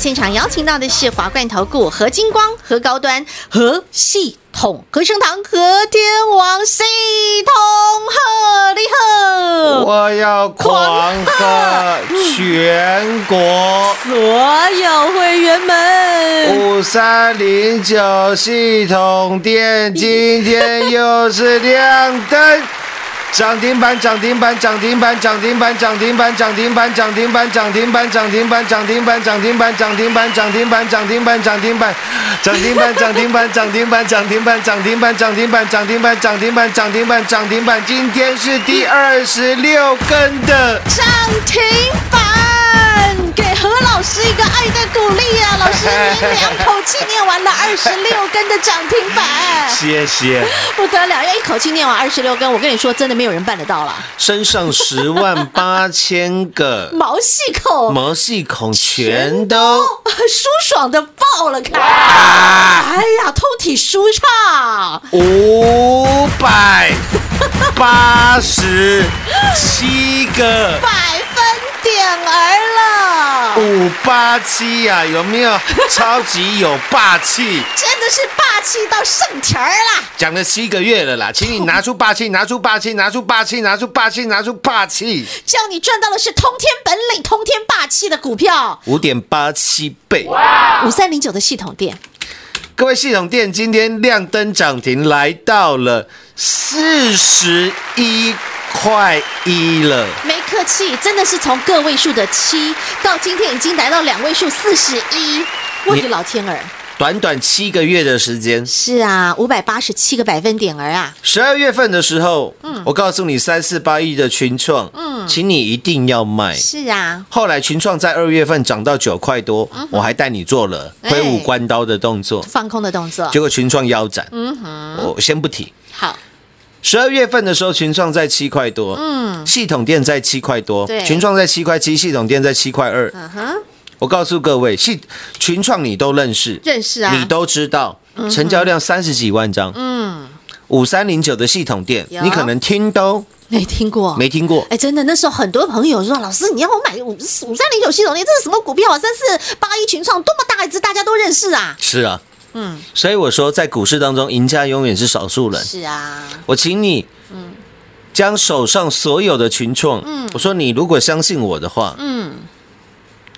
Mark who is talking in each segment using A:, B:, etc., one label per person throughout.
A: 现场邀请到的是华冠投顾何金光、何高端、何系统、何盛堂、何天王系统贺礼贺，
B: 我要狂贺全国
A: 所有会员们！
B: 五三零九系统店今天又是亮灯。涨停板，涨停板，涨停板，涨停板，涨停板，涨停板，涨停板，涨停板，涨停板，涨停板，涨停板，涨停板，涨停板，涨停板，涨停板，涨停板，涨停板，涨停板，涨停板，涨停板，涨停板，涨停板，涨停板，涨停板，涨停板，今天是第二十六根的
A: 涨停板，给何老师一个爱的鼓励啊！老师，您两口气念完了二十六根的涨停板，
B: 谢谢，
A: 不得了，要一口气念完二十六根，我跟你说，真的没。没有人办得到了，
B: 身上十万八千个
A: 毛细孔，哦
B: 毛细孔全都
A: 舒爽的爆了开，哎呀，通体舒畅，
B: 五百八十七个
C: 百分点儿了，
B: 五八七呀，有没有超级有霸气？
C: 真的是霸气到圣田儿啦！
B: 讲了七个月了啦，请你拿出霸气，拿出霸气，拿出霸气，拿出霸气，拿出霸气，
C: 叫你赚到的是通天本领、通天霸气的股票，
B: 五点八七倍。
C: 五三零九的系统店，
B: 各位系统店今天亮灯涨停，来到了四十一块一了。
C: 没客气，真的是从个位数的七到今天已经来到两位数四十一，我
B: 你
C: 的老天儿！
B: 短短七个月的时间，
C: 是啊，五百八十七个百分点儿啊！
B: 十二月份的时候，我告诉你三四八一的群创，请你一定要卖。
C: 是啊，
B: 后来群创在二月份涨到九块多，我还带你做了
C: 哎
B: 挥舞关刀的动作，
C: 放空的动作
B: 结，果群创腰斩。我先不提。
C: 好，
B: 十二月份的时候，群创在七块多，系统店在七块多
C: 对，
B: 群创在七块七，系统店在七块二。
C: 嗯哼，
B: 我告诉各位，系群创你都认识，
C: 认识啊
B: 你都知道，成交量三十几万张，
C: 嗯，
B: 五三零九的系统店，
C: 有
B: 你可能听都
C: 没听过，
B: 没听过。
C: 哎，真的，那时候很多朋友说，老师，你要我买五五三零九系统链，这是什么股票啊？三四八一群创，多么大一只，大家都认识啊！
B: 是啊，
C: 嗯，
B: 所以我说，在股市当中，赢家永远是少数人。
C: 是啊，
B: 我请你，
C: 嗯
B: 将手上所有的群创，我说你如果相信我的话，
C: 嗯，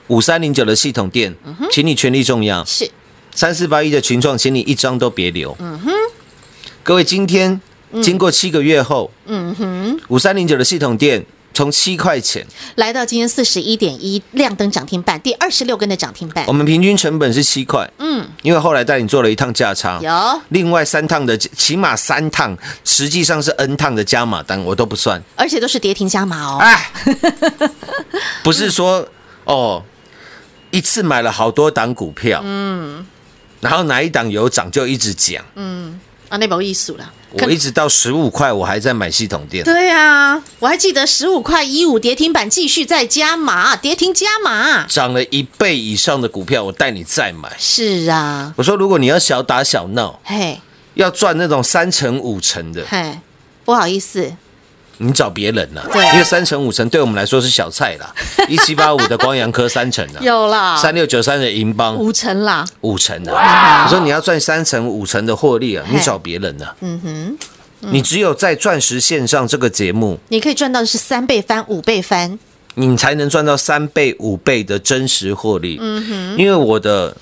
B: 五三零九的系统店，请你全力重压；
C: 是
B: 三四八一的群创，请你一张都别留。嗯哼，各位，今天经过七个月后，嗯哼，五三零九的系统店从七块钱，
C: 来到今天四十一点一，亮灯涨停板，第二十六根的涨停板
B: 我，们平均成本是七块，
C: 嗯，
B: 因为后来带你做了一趟价差，
C: 有，
B: 另外三趟的起码三趟，实际上是 N 趟的加码单，我都不算。
C: 而且都是跌停加码哦。
B: 哎，不是说哦，一次买了好多档股票，嗯，然后哪一档有涨就一直讲，
C: 啊，那没有意思了。
B: 我一直到十五块我还在买系统店，
C: 对啊，我还记得十五块一五跌停板继续再加码，跌停加码。
B: 涨了一倍以上的股票，我带你再买。
C: 是啊，
B: 我说，如果你要小打小闹，
C: 嘿，
B: 要赚那种三成五成的，
C: 嘿，不好意思，
B: 你找别人了、
C: 对
B: 因为三成五成对我们来说是小菜 啦。一七八五的光阳科三成啊，
C: 有啦，
B: 三六九三的银邦
C: 五成啦，
B: 五成啊。我说你要赚三成五成的获利啊，
C: 嗯嘿
B: 你找别人啊。
C: 嗯哼，
B: 你只有在钻石线上这个节目，
C: 你可以赚到的是三倍翻、五倍翻。
B: 你才能赚到三倍五倍的真实获利。嗯哼，因为我的，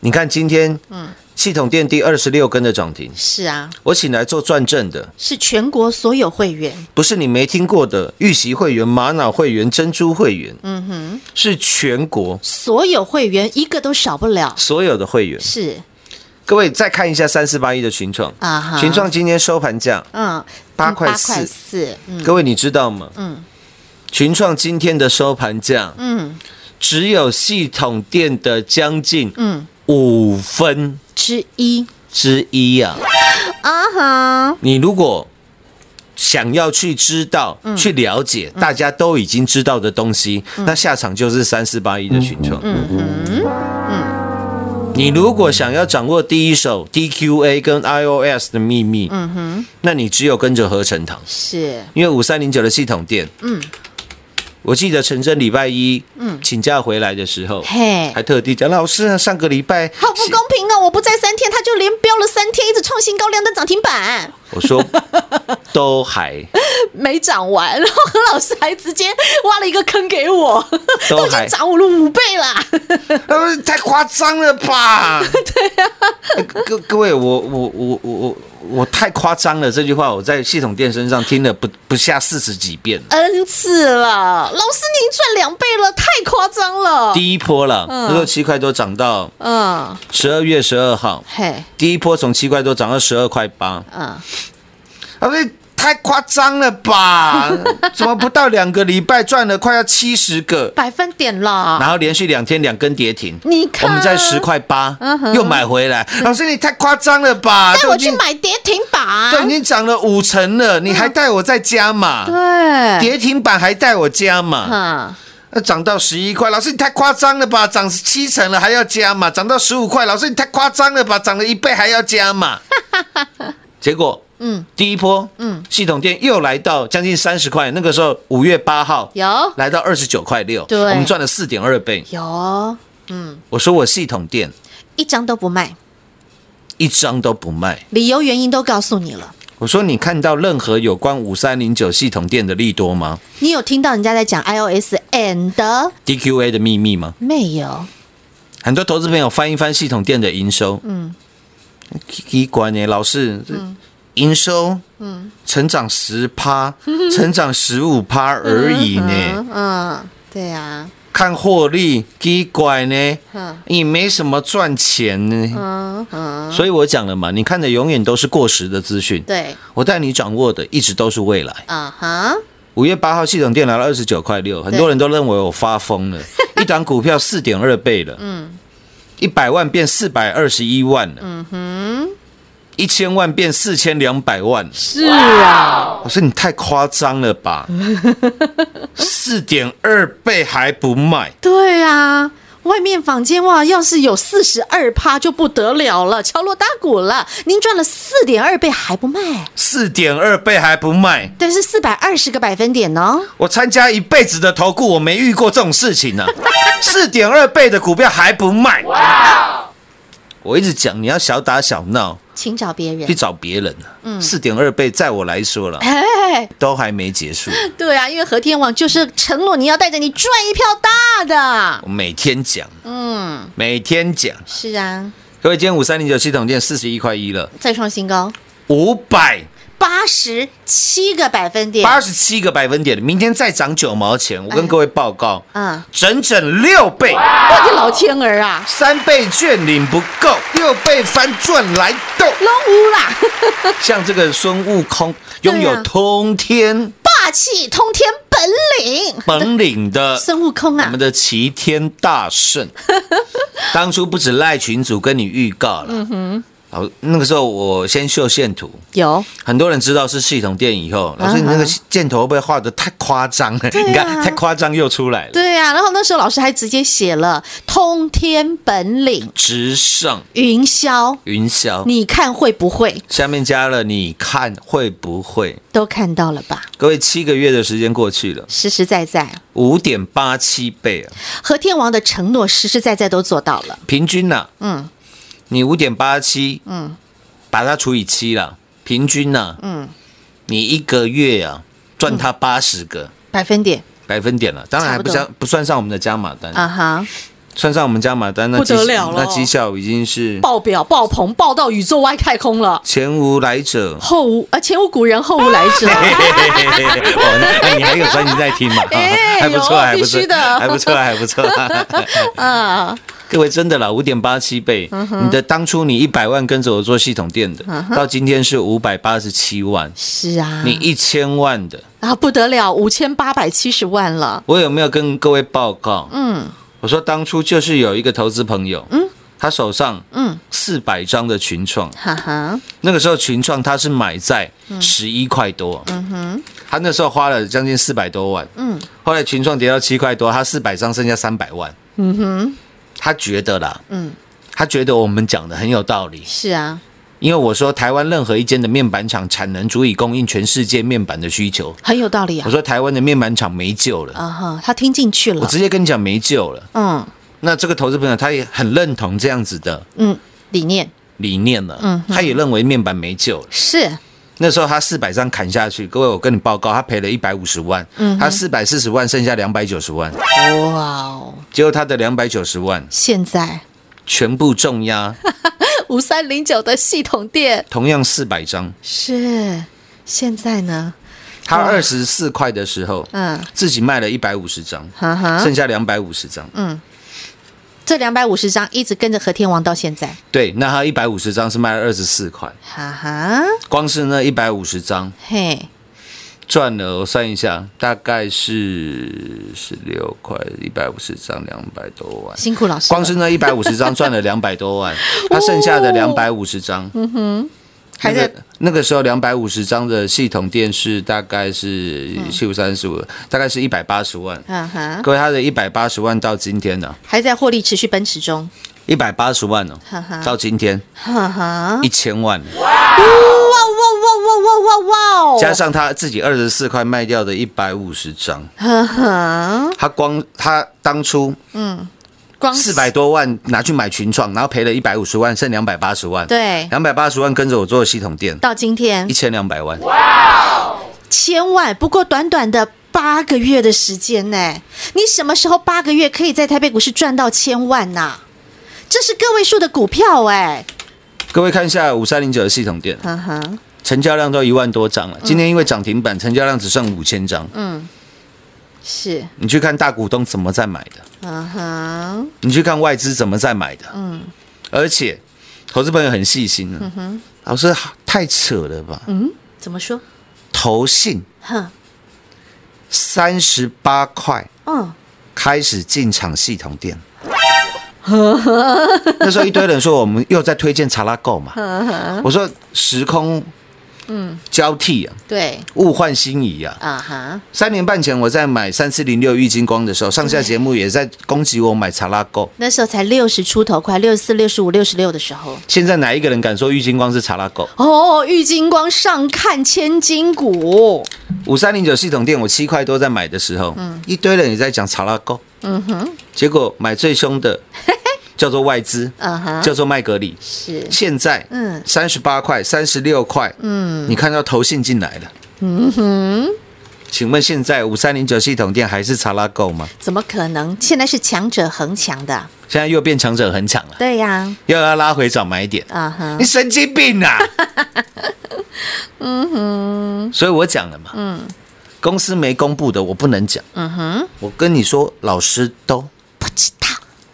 B: 你看今天，
C: 嗯
B: 系统店第二十六根的涨停，
C: 是啊，
B: 我请来做转正的，
C: 是全国所有会员，
B: 不是你没听过的预习会员、玛瑙会员、珍珠会员，嗯哼，是全国
C: 所有会员一个都少不了。
B: 所有的会员。
C: 是
B: 各位再看一下三四八一的群创
C: 啊哈
B: 群创今天收盘价，
C: 嗯，
B: 八块
C: 八块
B: 四
C: 四，嗯
B: 各位你知道吗？
C: 嗯
B: 群创今天的收盘价
C: 嗯
B: 只有系统店的将近
C: 嗯，
B: 五分
C: 之一
B: 之一呀、啊。
C: 啊哈，
B: 你如果想要去知道、去了解大家都已经知道的东西，那下场就是三四八一的群创。嗯你如果想要掌握第一手 DQA 跟 iOS 的秘密，嗯哼，那你只有跟着合成堂，
C: 是
B: 因为五三零九的系统店，嗯，我记得陈真礼拜一，嗯，请假回来的时候，
C: 嘿
B: 还特地讲老师啊，上个礼拜
C: 好不公平啊！我不在三天，他就连标了三天，一直创新高，亮灯涨停板，
B: 我 说都还
C: 没涨完，然后何老师还直接挖了一个坑给我，
B: 都
C: 都已经
B: 还
C: 涨了五倍啦。
B: 呃，太夸张了吧？ 对啊呀、各各位，我我我我我我太夸张了，这句话我在系统店身上听了不不下四十几遍了，
C: N 次了，老师您赚两倍了，太夸张了。
B: 第一波了，
C: 嗯
B: 那时候七块多涨到
C: 嗯，
B: 十二月十二号，
C: 嘿，
B: 第一波从七块多涨到十二块八，
C: 嗯，
B: 啊，这太夸张了 吧？怎么不到两个礼拜赚了快要七十个？
C: 百分点啦。
B: 然后连续两天两根跌停，
C: 你看
B: 我们在十块八又买回来，老师你太夸张了吧？
C: 嗯带
B: 都
C: 我
B: 已
C: 去
B: 经
C: 买啊跌停
B: 都已
C: 板。
B: 经涨了五成了，你还带我再加码，
C: 对，
B: 跌停板还带我加码，
C: 嗯，
B: 那涨到十一块，老师你太夸张了吧？涨七 成了还要加码，涨到十五块，老师你太夸张了吧？涨了一倍还要加码，结果
C: 嗯，
B: 第一波，
C: 嗯
B: 嗯，系统店又来到将近三十块，那个时候五月八号
C: 有
B: 来到二十九块六，
C: 对
B: 我们赚了四点二倍。
C: 有，
B: 我说我系统店
C: 一张都不卖，
B: 一张都不卖。
C: 理由原因都告诉你了。
B: 我说你看到任何有关五三零九系统店的利多吗
C: 你有听到人家在讲 iOS and
B: ？DQA 的秘密吗？
C: 没有？
B: 很多投资朋友翻一翻系统店的营收，嗯，奇怪呢，老师，营收，嗯，成长十 趴，成长十五趴而已呢。
C: 嗯嗯，对啊，
B: 看获利，奇怪呢
C: 嗯，
B: 也没什么赚钱呢。
C: 嗯嗯，
B: 所以我讲了嘛，你看的永远都是过时的资讯，
C: 对，
B: 我带你掌握的一直都是未来。
C: 啊哈，
B: 五月八号系统电来了二十九块六，很多人都认为我发疯 了，一档股票四点二倍了，嗯，一百万变四百二十一万了，嗯哼，一千万变四千两百万，
C: 是啊，
B: 我说你太夸张了吧， 四点二倍还不卖，
C: 对啊。外面坊间哇，要是有四十二趴就不得了了，敲锣打鼓了。您赚了四点二倍还不卖，
B: 四点二倍还不卖，
C: 但是四百二十个百分点呢、
B: 我参加一辈子的投顾，我没遇过这种事情 呢、四点二倍的股票还不卖，哦我一直讲你要小打小闹。
C: 请找别
B: 去
C: 人。
B: 找别人了。四点二倍，在我来说了，
C: 哎，
B: 都还没结 束。
C: 对啊，因为和天网就是承诺你要带着你赚一票大的。
B: 我每天讲，
C: 嗯，
B: 每天讲。
C: 是啊，
B: 各位，今天五三零九系统店四十一块一了，
C: 再创新高，
B: 五百
C: 八十七个百分点。
B: 八十七个百分点，明天再涨九毛钱。我
C: 哎
B: 跟各位报告，
C: 嗯，
B: 整整六倍，
C: 我的老天儿啊，
B: 三倍券领不够，六倍翻转来 斗。
C: 龙五啦，
B: 像这个孙悟空，拥
C: 对啊
B: 有通天
C: 霸气通天本领，
B: 本领的
C: 孙悟空
B: 呃 我
C: 啊
B: 们，的齐天大 圣，当初不止赖群主跟你预告了，
C: 嗯
B: 好，那个时候我先秀线图，
C: 有
B: 很多人知道是系统店以后，老师
C: 嗯
B: 你那个箭头会不会画的太夸张了？你看太夸张又出来了，
C: 啊对啊，然后那时候老师还直接写了通天本领
B: 直上
C: 云霄，
B: 云霄，
C: 你看会不会
B: 下面加了你看会不会？
C: 都看到了吧？
B: 各位七个月的时间过去了，
C: 实实在在，
B: 五点八七倍啊，
C: 和天王的承诺实实在在都做到了。
B: 平均呐、啊
C: 嗯，
B: 你五点八七，嗯，把它除以七啦，平均呐、嗯，你一个月啊赚它八十个
C: 百分点
B: 百分点了，当然还不
C: 嗯差不多
B: 加不算上我们的加码单，
C: 啊哈，
B: 算上我们加码单那
C: 不得
B: 绩
C: 了了
B: 那绩效已经是
C: 爆表爆棚爆到宇宙外太空了，。
B: 前无来者
C: 后无啊前无古人后无来者。
B: 嘿嘿嘿嘿嘿嘿哦，那那你还有专辑在听嘛？
C: 哎
B: 还不
C: 有
B: 错，还不
C: 必须
B: 错，
C: 的
B: 还不错，还 不错。
C: 啊，
B: 各位真的啦，五点八七倍，
C: 嗯
B: 你的当初你一百万跟着我做系统店的，到今天是五百八十七万，
C: 是啊，
B: 你一千万的，
C: 啊不得了，五千八百七十万了，
B: 我有没有跟各位报告？
C: 嗯，
B: 我说当初就是有一个投资朋友，嗯，他手上嗯四百张的群创，
C: 哈哈，
B: 那个时候群创他是买在十一块多，嗯哼，他那时候花了将近四百多万，嗯，后来群创跌到七块多，他四百张剩下三百万，嗯哼，他觉得啦，
C: 嗯
B: 嗯。他觉得我们讲的很有道理，
C: 是啊，
B: 因为我说台湾任何一间的面板厂产能足以供应全世界面板的需求。
C: 很有道理
B: 我
C: 啊。
B: 说台湾的面板厂没救了，
C: 啊哈，他听进去
B: 我
C: 了，
B: 直接跟你讲没救了。
C: 嗯
B: 那这个投资朋友他也很认同这样子的
C: 嗯，理念
B: 理念了，
C: 嗯
B: 他也认为面板没救了。
C: 是
B: 那时候他四百张砍下去，各位我跟你报告，他赔了一百五十万，
C: 嗯
B: 他四百四十万剩下两百九十万，
C: 哇哦，
B: 结果他的两百九十万
C: 现在
B: 全部重压，
C: 五三零九的系统店
B: 同样四百张，
C: 是现在呢，
B: 他
C: 哇
B: 二十四块的时候，
C: 嗯
B: 自己卖了一百五十张，
C: 哈哈，嗯
B: 剩下两百五十张，
C: 这两百五十张一直跟着和天王到现在，
B: 对，那他一百五十张是卖了二十四块，
C: 哈哈，
B: 光是那一百五十张
C: 嘿，
B: 赚了，我算一下，大概是十六块，一百五十张，两百多万。
C: 辛苦老师了，
B: 光是那一百五十 张赚了两百多万，他剩下的两百五十张，嗯哼，
C: 还在
B: 那个时候两百五十张的系统电视大概是七五三十五，大概是一百八十万。
C: 哈哈，
B: 各位，他的一百八十万到今天呢、
C: 还在获利持续奔驰中，
B: 一百八十万哦
C: 哈哈，
B: 到今天
C: 哈哦哈，
B: 一千万，
C: 哇哇哇哇哇哇哇！
B: 加上他自己二十四块卖掉的一百五十张，
C: 呵呵，
B: 他光他当初
C: 光
B: 四百多万拿去买群创，然后赔了一百五十万，剩两百八十万，
C: 对
B: 两百八十万跟着我做系统店，
C: 到今天
B: 一千两百万，
C: 千万，不过短短的八个月的时间呢，你什么时候八个月可以在台北股市赚到千万呐、这是个位数的股票哎，
B: 各位看一下五三零九的系统店，
C: 哈哈，
B: 成交量都一万多
C: 嗯
B: 张了，今天因为涨停板，成交量只剩五千张，
C: 是，嗯
B: 你去看大股东怎么在买的。
C: 哈哈，
B: 你去看外资怎么在买的，嗯，而且投资朋友很细心啊，老师太扯了吧？
C: 嗯，怎么说？
B: 投信
C: 哼，
B: 三十八块
C: 嗯，
B: 开始进场系统店，那时候一堆人说我们又在推荐查拉购 嘛，我说时空嗯交替啊，
C: 对，
B: 物换星移啊，
C: 啊哈，
B: 三年半前我在买三四零六玉金光的时候，上下节目也在攻击我买查拉购。
C: 那时候才六十出头，快六十四、六十五、六十六的时候。
B: 现在哪一个人敢说玉金光是查拉购？
C: 哦，郁金光上看千金股，
B: 五三零九系统店，我七块多在买的时候，一堆人也在讲查拉购，嗯哼，结果买最凶 的叫做外资，
C: 啊哈，
B: 叫做麦格里，
C: 是
B: 现在
C: 嗯
B: 三十八块、三十六块，嗯，你看到投信进来了，嗯哼，请问现在五三零九系统店还是查拉购吗？
C: 怎么可能？现在是强者恒强的，
B: 现在又变强者很强了，
C: 对呀、
B: 又要拉回早买点，
C: 啊哈
B: 你，神经病啊！ 嗯哼，所以我讲了嘛，嗯，公司没公布的我不能讲，嗯哼，我跟你说，老师都
C: 不知道，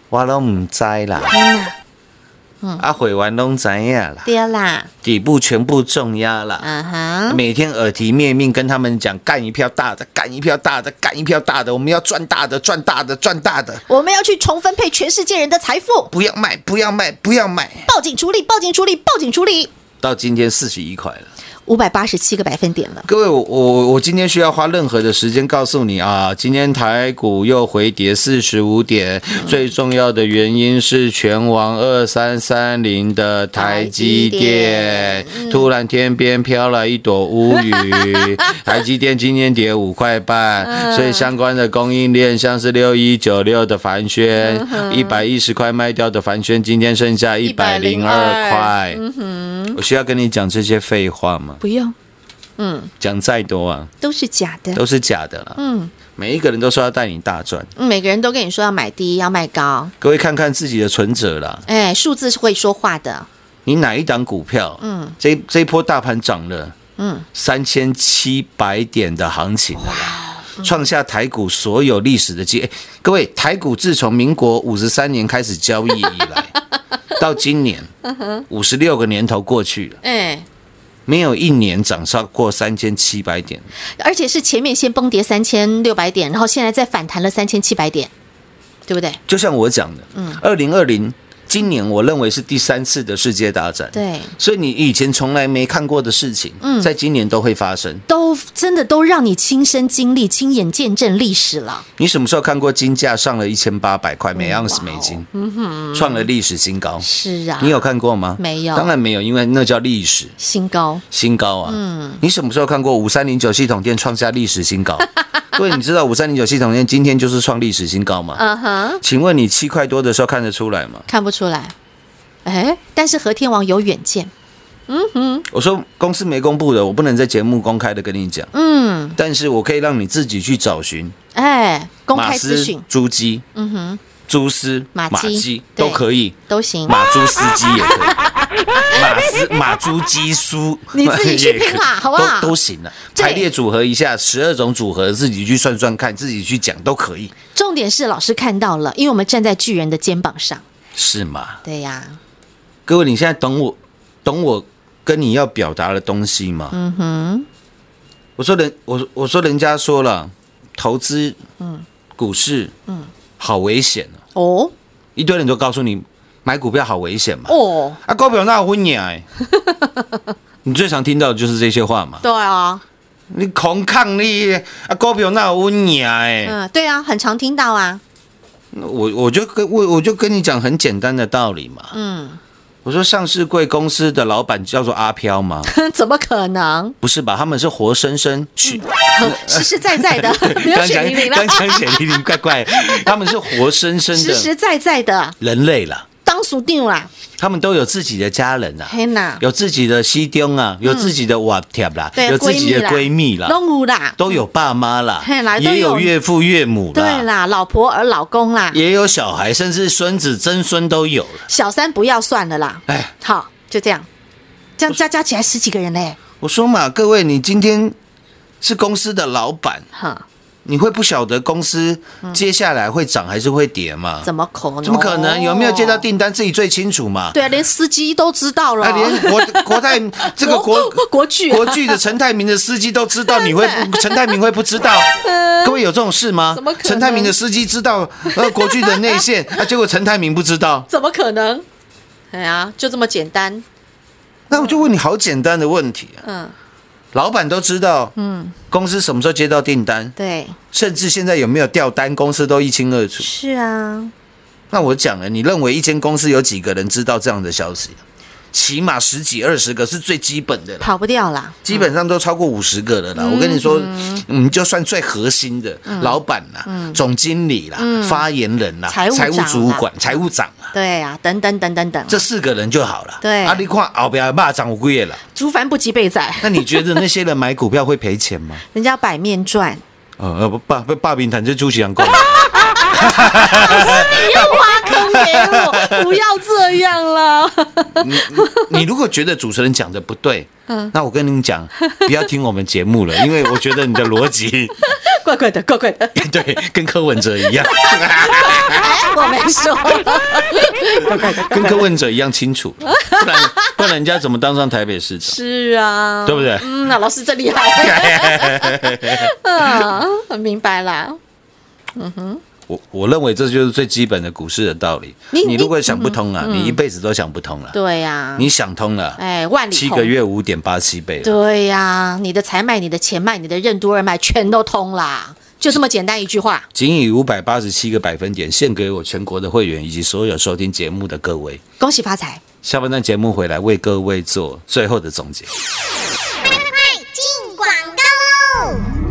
B: 我都唔知啦，啊，毁完都知影啦，
C: 对啦，
B: 底部全部重压啦。
C: 啊哈，
B: 每天耳提面命跟他们讲，干一票大的，干一票大的，干一票大的，我们要赚大的，赚大的，赚大的，
C: 我们要去重分配全世界人的财富，
B: 不要卖，不要卖，不要卖。
C: 报警处理，报警处理，报警处理，
B: 到今天四十一块了。
C: 五百八十七个百分点了，
B: 各位，我我我今天需要花任何的时间告诉你啊，今天台股又回跌四十五点，最重要的原因是全网二三三零的台积
C: 台
B: 电，嗯突然天边飘了一朵乌 云，台积电今天跌五块半，所以相关的供应链像是六一九六的凡轩，一百一十块卖掉的凡轩，今天剩下一百零二嗯块，我需要跟你讲这些废话吗？
C: 不用，
B: 讲再多啊，
C: 都是假的。
B: 都是假的啦。嗯，每一个人都说要带你大赚，
C: 嗯每个人都跟你说要买低，要卖高，
B: 各位看看自己的存折啦，
C: 哎，数字是会说话的，
B: 你哪一档股票？嗯，这这一波大盘涨了，嗯，三千七百点的行情了啦。创下台股所有历史的记录、哎各位，台股自从民国五十三年开始交易以 来，到今年五十六个年头过去了，
C: 哎，
B: 没有一年涨超过三千七百点。
C: 而且是前面先崩跌三千六百点，然后现在再反弹了三千七百点，对不对？
B: 就像我讲的，嗯，二零二零今年我认为是第三次的世界大战，
C: 对
B: 所以你以前从来没看过的事情，嗯，在今年都会发生。
C: 都真的都让你亲身经历、亲眼见证历史了。
B: 你什么时候看过金价上了一千八百块每盎司
C: 哇哦
B: 美金，创了历史新高？
C: 是啊，
B: 你有看过吗？
C: 没有
B: 当然没有，因为那叫历史
C: 新高？
B: 新高啊。嗯，你什么时候看过五三零九系统店创下历史 新高？各位，你知道五三零九系统店今天就是创历史新高吗？
C: 嗯哼，
B: 请问你七块多的时候看得出来吗？
C: 看不出来。哎，但是和天王有远见，
B: 我说公司没公布的，我不能在节目公开的跟你讲，
C: 嗯，
B: 但是我可以让你自己去找寻
C: 哎，公
B: 马
C: 开
B: 斯
C: 资讯、
B: 猪鸡，嗯哼，蛛丝、
C: 马鸡对
B: 都可以，
C: 都行，
B: 马猪司机也 可以，马斯马猪鸡书，
C: 你自己去拼啦
B: 也可以
C: 好不好
B: 都都行了，
C: 对
B: 排列组合一下，十二种组合自己去算算看，自己去讲都可以，
C: 重点是老师看到了，因为我们站在巨人的肩膀上。
B: 是吗？
C: 对呀、
B: 各位，你现在懂我，懂我跟你要表达的东西吗？嗯哼，我说人，我我说人家说了，投资，嗯，股市，嗯，好危险哦，
C: 哦
B: 一堆人都告诉你买股票好危险嘛，
C: 哦，
B: 啊，股票那有分呀、欸，你最常听到的就是这些话嘛，
C: 对啊，
B: 你空抗力，啊，股票那有分呀、欸，
C: 嗯，对啊，很常听到啊，
B: 我我就跟我我就跟你讲很简单的道理嘛。
C: 嗯，
B: 我说上市贵公司的老板叫做阿飘吗？
C: 怎么可能？
B: 不是吧？他们是活生生去。
C: 实实在在 的，不要
B: 刚
C: 嗯血
B: 讲
C: 淋淋了
B: 刚，讲血淋淋怪怪， 他们是活生生
C: 实实
B: 的
C: 在在的，
B: 人类啦，
C: 当属定啦，
B: 他们都有自己的家人啊，
C: 嘿呐，
B: 有自己的西东啊，有自己的瓦贴啦，
C: 对
B: 有自己的闺
C: 闺
B: 蜜啦，
C: 拢有啦，
B: 都有爸妈啦
C: 嘿啦，都有
B: 也有岳父岳母
C: 对
B: 啦，
C: 啦，老婆儿老公啦，
B: 也有小孩，甚至孙子曾孙都有了。
C: 小三不要算了啦，
B: 哎，
C: 好，就这样，这样加加起来十几个人嘞，
B: 我说嘛，各位，你今天是公司的老板，
C: 哈，
B: 你会不晓得公司
C: 嗯
B: 接下来会涨还是会跌吗？
C: 怎么可能？
B: 怎么可能？有没有接到？订单自己最清楚嘛？
C: 哦对啊，连司机都知道了，
B: 啊，连国 国泰这个国
C: 国国剧啊
B: 国剧的陈泰明的司机都知道，你会不陈泰明会不知道？各位有这种事吗
C: 嗯怎么可？能
B: 陈泰明的司机知道呃国剧的内线，啊，结果陈泰明不知道。
C: 怎么可能？哎呀，就这么简单，
B: 那我就问你好简单的问题啊，
C: 嗯，
B: 老板都知道，嗯，公司什么时候接到订单，
C: 对，
B: 甚至现在有没有掉单，公司都一清二楚。
C: 是啊，
B: 那我讲了，你认为一间公司有几个人知道这样的消息？起码十几二十个是最基本的啦。
C: 跑不掉啦，
B: 基本上都超过五十个了啦。我跟你说，嗯，就算最核心的
C: 嗯
B: 老板啦、总经理啦、发言人啦、
C: 财务
B: 财务
C: 长
B: 主
C: 啦
B: 管、财务长啊，
C: 对啊，等等等等等，
B: 这四个人就好了。
C: 对
B: 啊，你看后边骂涨五个月了，
C: 竹凡不及备载，
B: 那你觉得那些人买股票会赔 钱吗？
C: 人家百面赚，
B: 呃，不，霸霸平坦就朱启阳讲，
C: 你又挖坑给 我，不要这样了，
B: 你如果觉得主持人讲的不对，
C: 嗯
B: 那我跟你讲，不要听我们节目 了，因为我觉得你的逻辑
C: 怪怪的，怪怪的，
B: 对，跟柯文哲一样，
C: 哎， 我没说，
B: 跟柯文哲一样清楚，不然不然人家怎么当上台北市长？
C: 是啊，
B: 对不对
C: 嗯，那老师真厉 害，嗯，明白啦，
B: 我我认为这就是最基本的股市的道理。
C: 你
B: 你
C: 你嗯
B: 如果想不通啊，你一辈子都想不通了。
C: 对呀，
B: 你想通了，
C: 哎，万里
B: 七
C: 通
B: 个。月五点八七倍了。
C: 对呀、你的财脉、你的钱脉、你的任督二脉全都通啦，就这么简单一句话。
B: 仅以五百八十七个百分点献给我全国的会员以及所有收听节目的各位。
C: 恭喜发财！
B: 下半段节目回来为各位做最后的总结。
D: 进广告喽！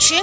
E: 全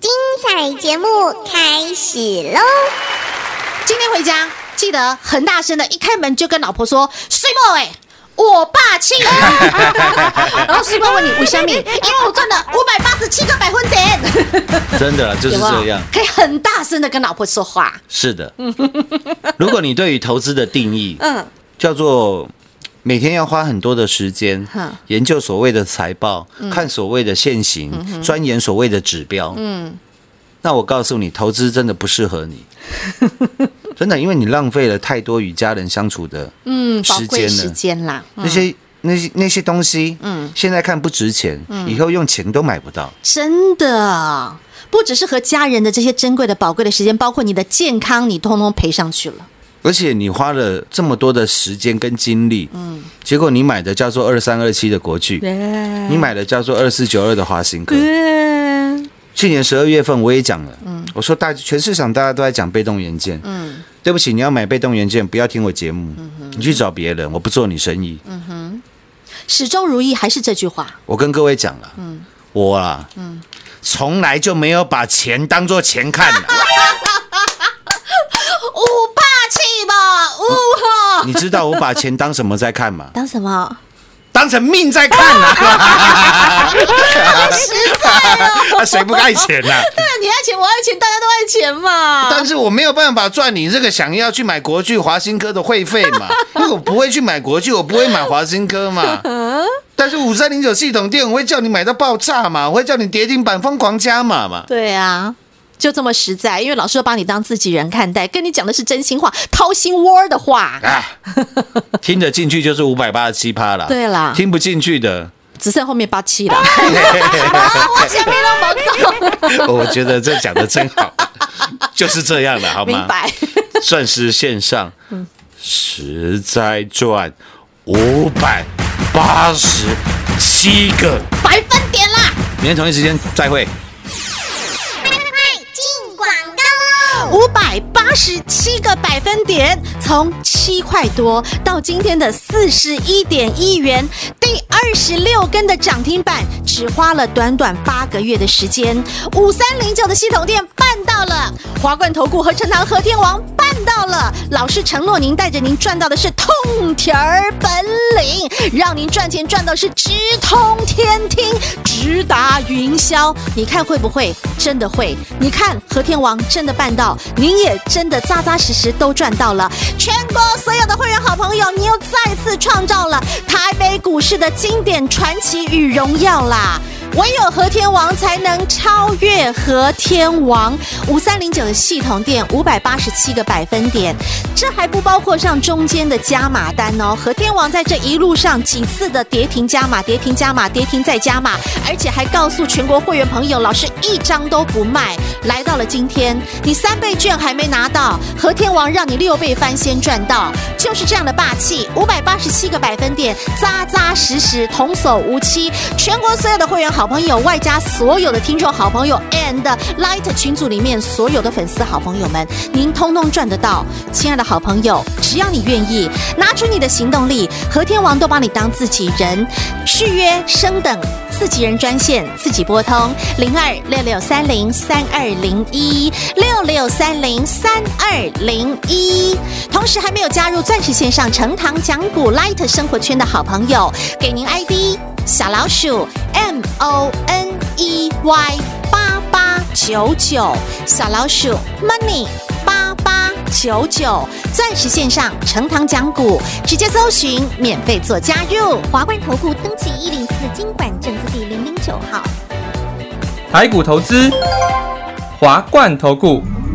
D: 精彩节目开始喽！
C: 今天回家记得很大声的，一开门就跟老婆说：“睡梦哎，我霸气！” 然后睡梦问你为什么？因为我赚了五百八十七个百分点，
B: 真的啦， 就是
C: 有没有
B: 这样。
C: 可以很大声的跟老婆说话。
B: 是的，如果你对于投资的定义，
C: 嗯，
B: 叫做每天要花很多的时间
C: 哼
B: 研究所谓的财报，
C: 嗯
B: 看所谓的现行，钻研所谓的指标。嗯，那我告诉你，投资真的不适 合你，真的，因为你浪费了太多与家人相处的
C: 嗯，宝
B: 时
C: 贵
B: 间
C: 时
B: 了，
C: 间啦，
B: 那些。那些那些东西，嗯，现在看不值钱，
C: 嗯
B: 以后用钱都买不到。
C: 真的。不只是和家人的这些珍贵的、宝贵的时间，包括你的健康，你通通赔上去了。
B: 而且你花了这么多的时间跟精力，嗯，结果你买的叫做二三二七的国剧，你买的叫做二四九二的华新科，
C: 嗯，
B: 去年十二月份我也讲了，嗯，我说大全市场大家都在讲被动元件，嗯，对不起，你要买被动元件，不要听我节目，你去找别人，我不做你生意。
C: 始终如一还是这句话，
B: 我跟各位讲了，嗯，我啊，嗯，从来就没有把钱当做钱看的，
C: 哦五霸气吧，五哈。
B: 你知道我把钱当什么在看吗？
F: 当什么？
B: 当成命在看啊！ 啊，谁不爱钱呐、
D: 当然你爱钱，我爱钱，大家都爱钱嘛。
B: 但是我没有办法赚你这个想要去买国巨、华新科的会费 嘛，因为我不会去买国巨，我不会买华新科 嘛。但是五三零九系统店我会叫你买到爆炸嘛，我会叫你跌停板疯狂加码嘛。
D: 对啊，就这么实在，因为老师都把你当自己人看待，跟你讲的是真心话，掏心窝儿的话，
B: 啊，听得进去就是五百八十七趴啦。
D: 对啦
B: 听不进去的，
D: 只剩后面八七了。我前面都没
B: 我觉得这讲的真好， 就是这样的，好吗？
D: 明白。
B: 钻石线上，实在赚五百八十七个。
D: 百分点啦。
B: 明天同一时间再会。
C: 进广告喽！
D: 五百八十七个百分点，从七块多到今天的四十一点一元，第二十六根的涨停板，只花了短短八个月的时间。五三零九的系统店办到了，华冠投顾和成堂和天王办到了。老师承诺您带着您赚到的是痛铁儿本领，让您赚钱赚到是直通天听，直达云霄。你看会不会？真的会。你看和天王真的办到，您也真的扎扎实实都赚到了。全国所有的会员好朋友，你又再次创造了台北股市的经典传奇与荣耀啦！唯有和天王才能超越和天王。五三零九的系统店五百八十七个百分点，这还不包括上中间的加码单哦。和天王在这一路上几次的跌停加码、跌停加码、跌停再加码，而且还告诉全国会员朋友，老师一张都不卖。来到了今天，你三倍券还没拿到，和天王让你六倍翻先赚到，就是这样的霸气。五百八十七个百分点，扎扎实实，童叟无欺。全国所有的会员好朋友，外加所有的听众好朋友，and Light 群组里面所有的粉丝好朋友们，您通通赚得到。亲爱的好朋友，只要你愿意，拿出你的行动力，和天王都把你当自己人。续约升等自己人专线，自己拨通零二六六三零三二零一六六三零三二零一。同时，还没有加入钻石线上成堂讲股 Light 生活圈的好朋友，给您 ID 小老鼠 M O N E Y 八八九九，小老鼠 Money 八八九九，钻石线上成堂讲股，直接搜寻免费做加入。
F: 华冠投顾登记一零四经管证字第零零九号。
G: 台股投资，华冠投顾。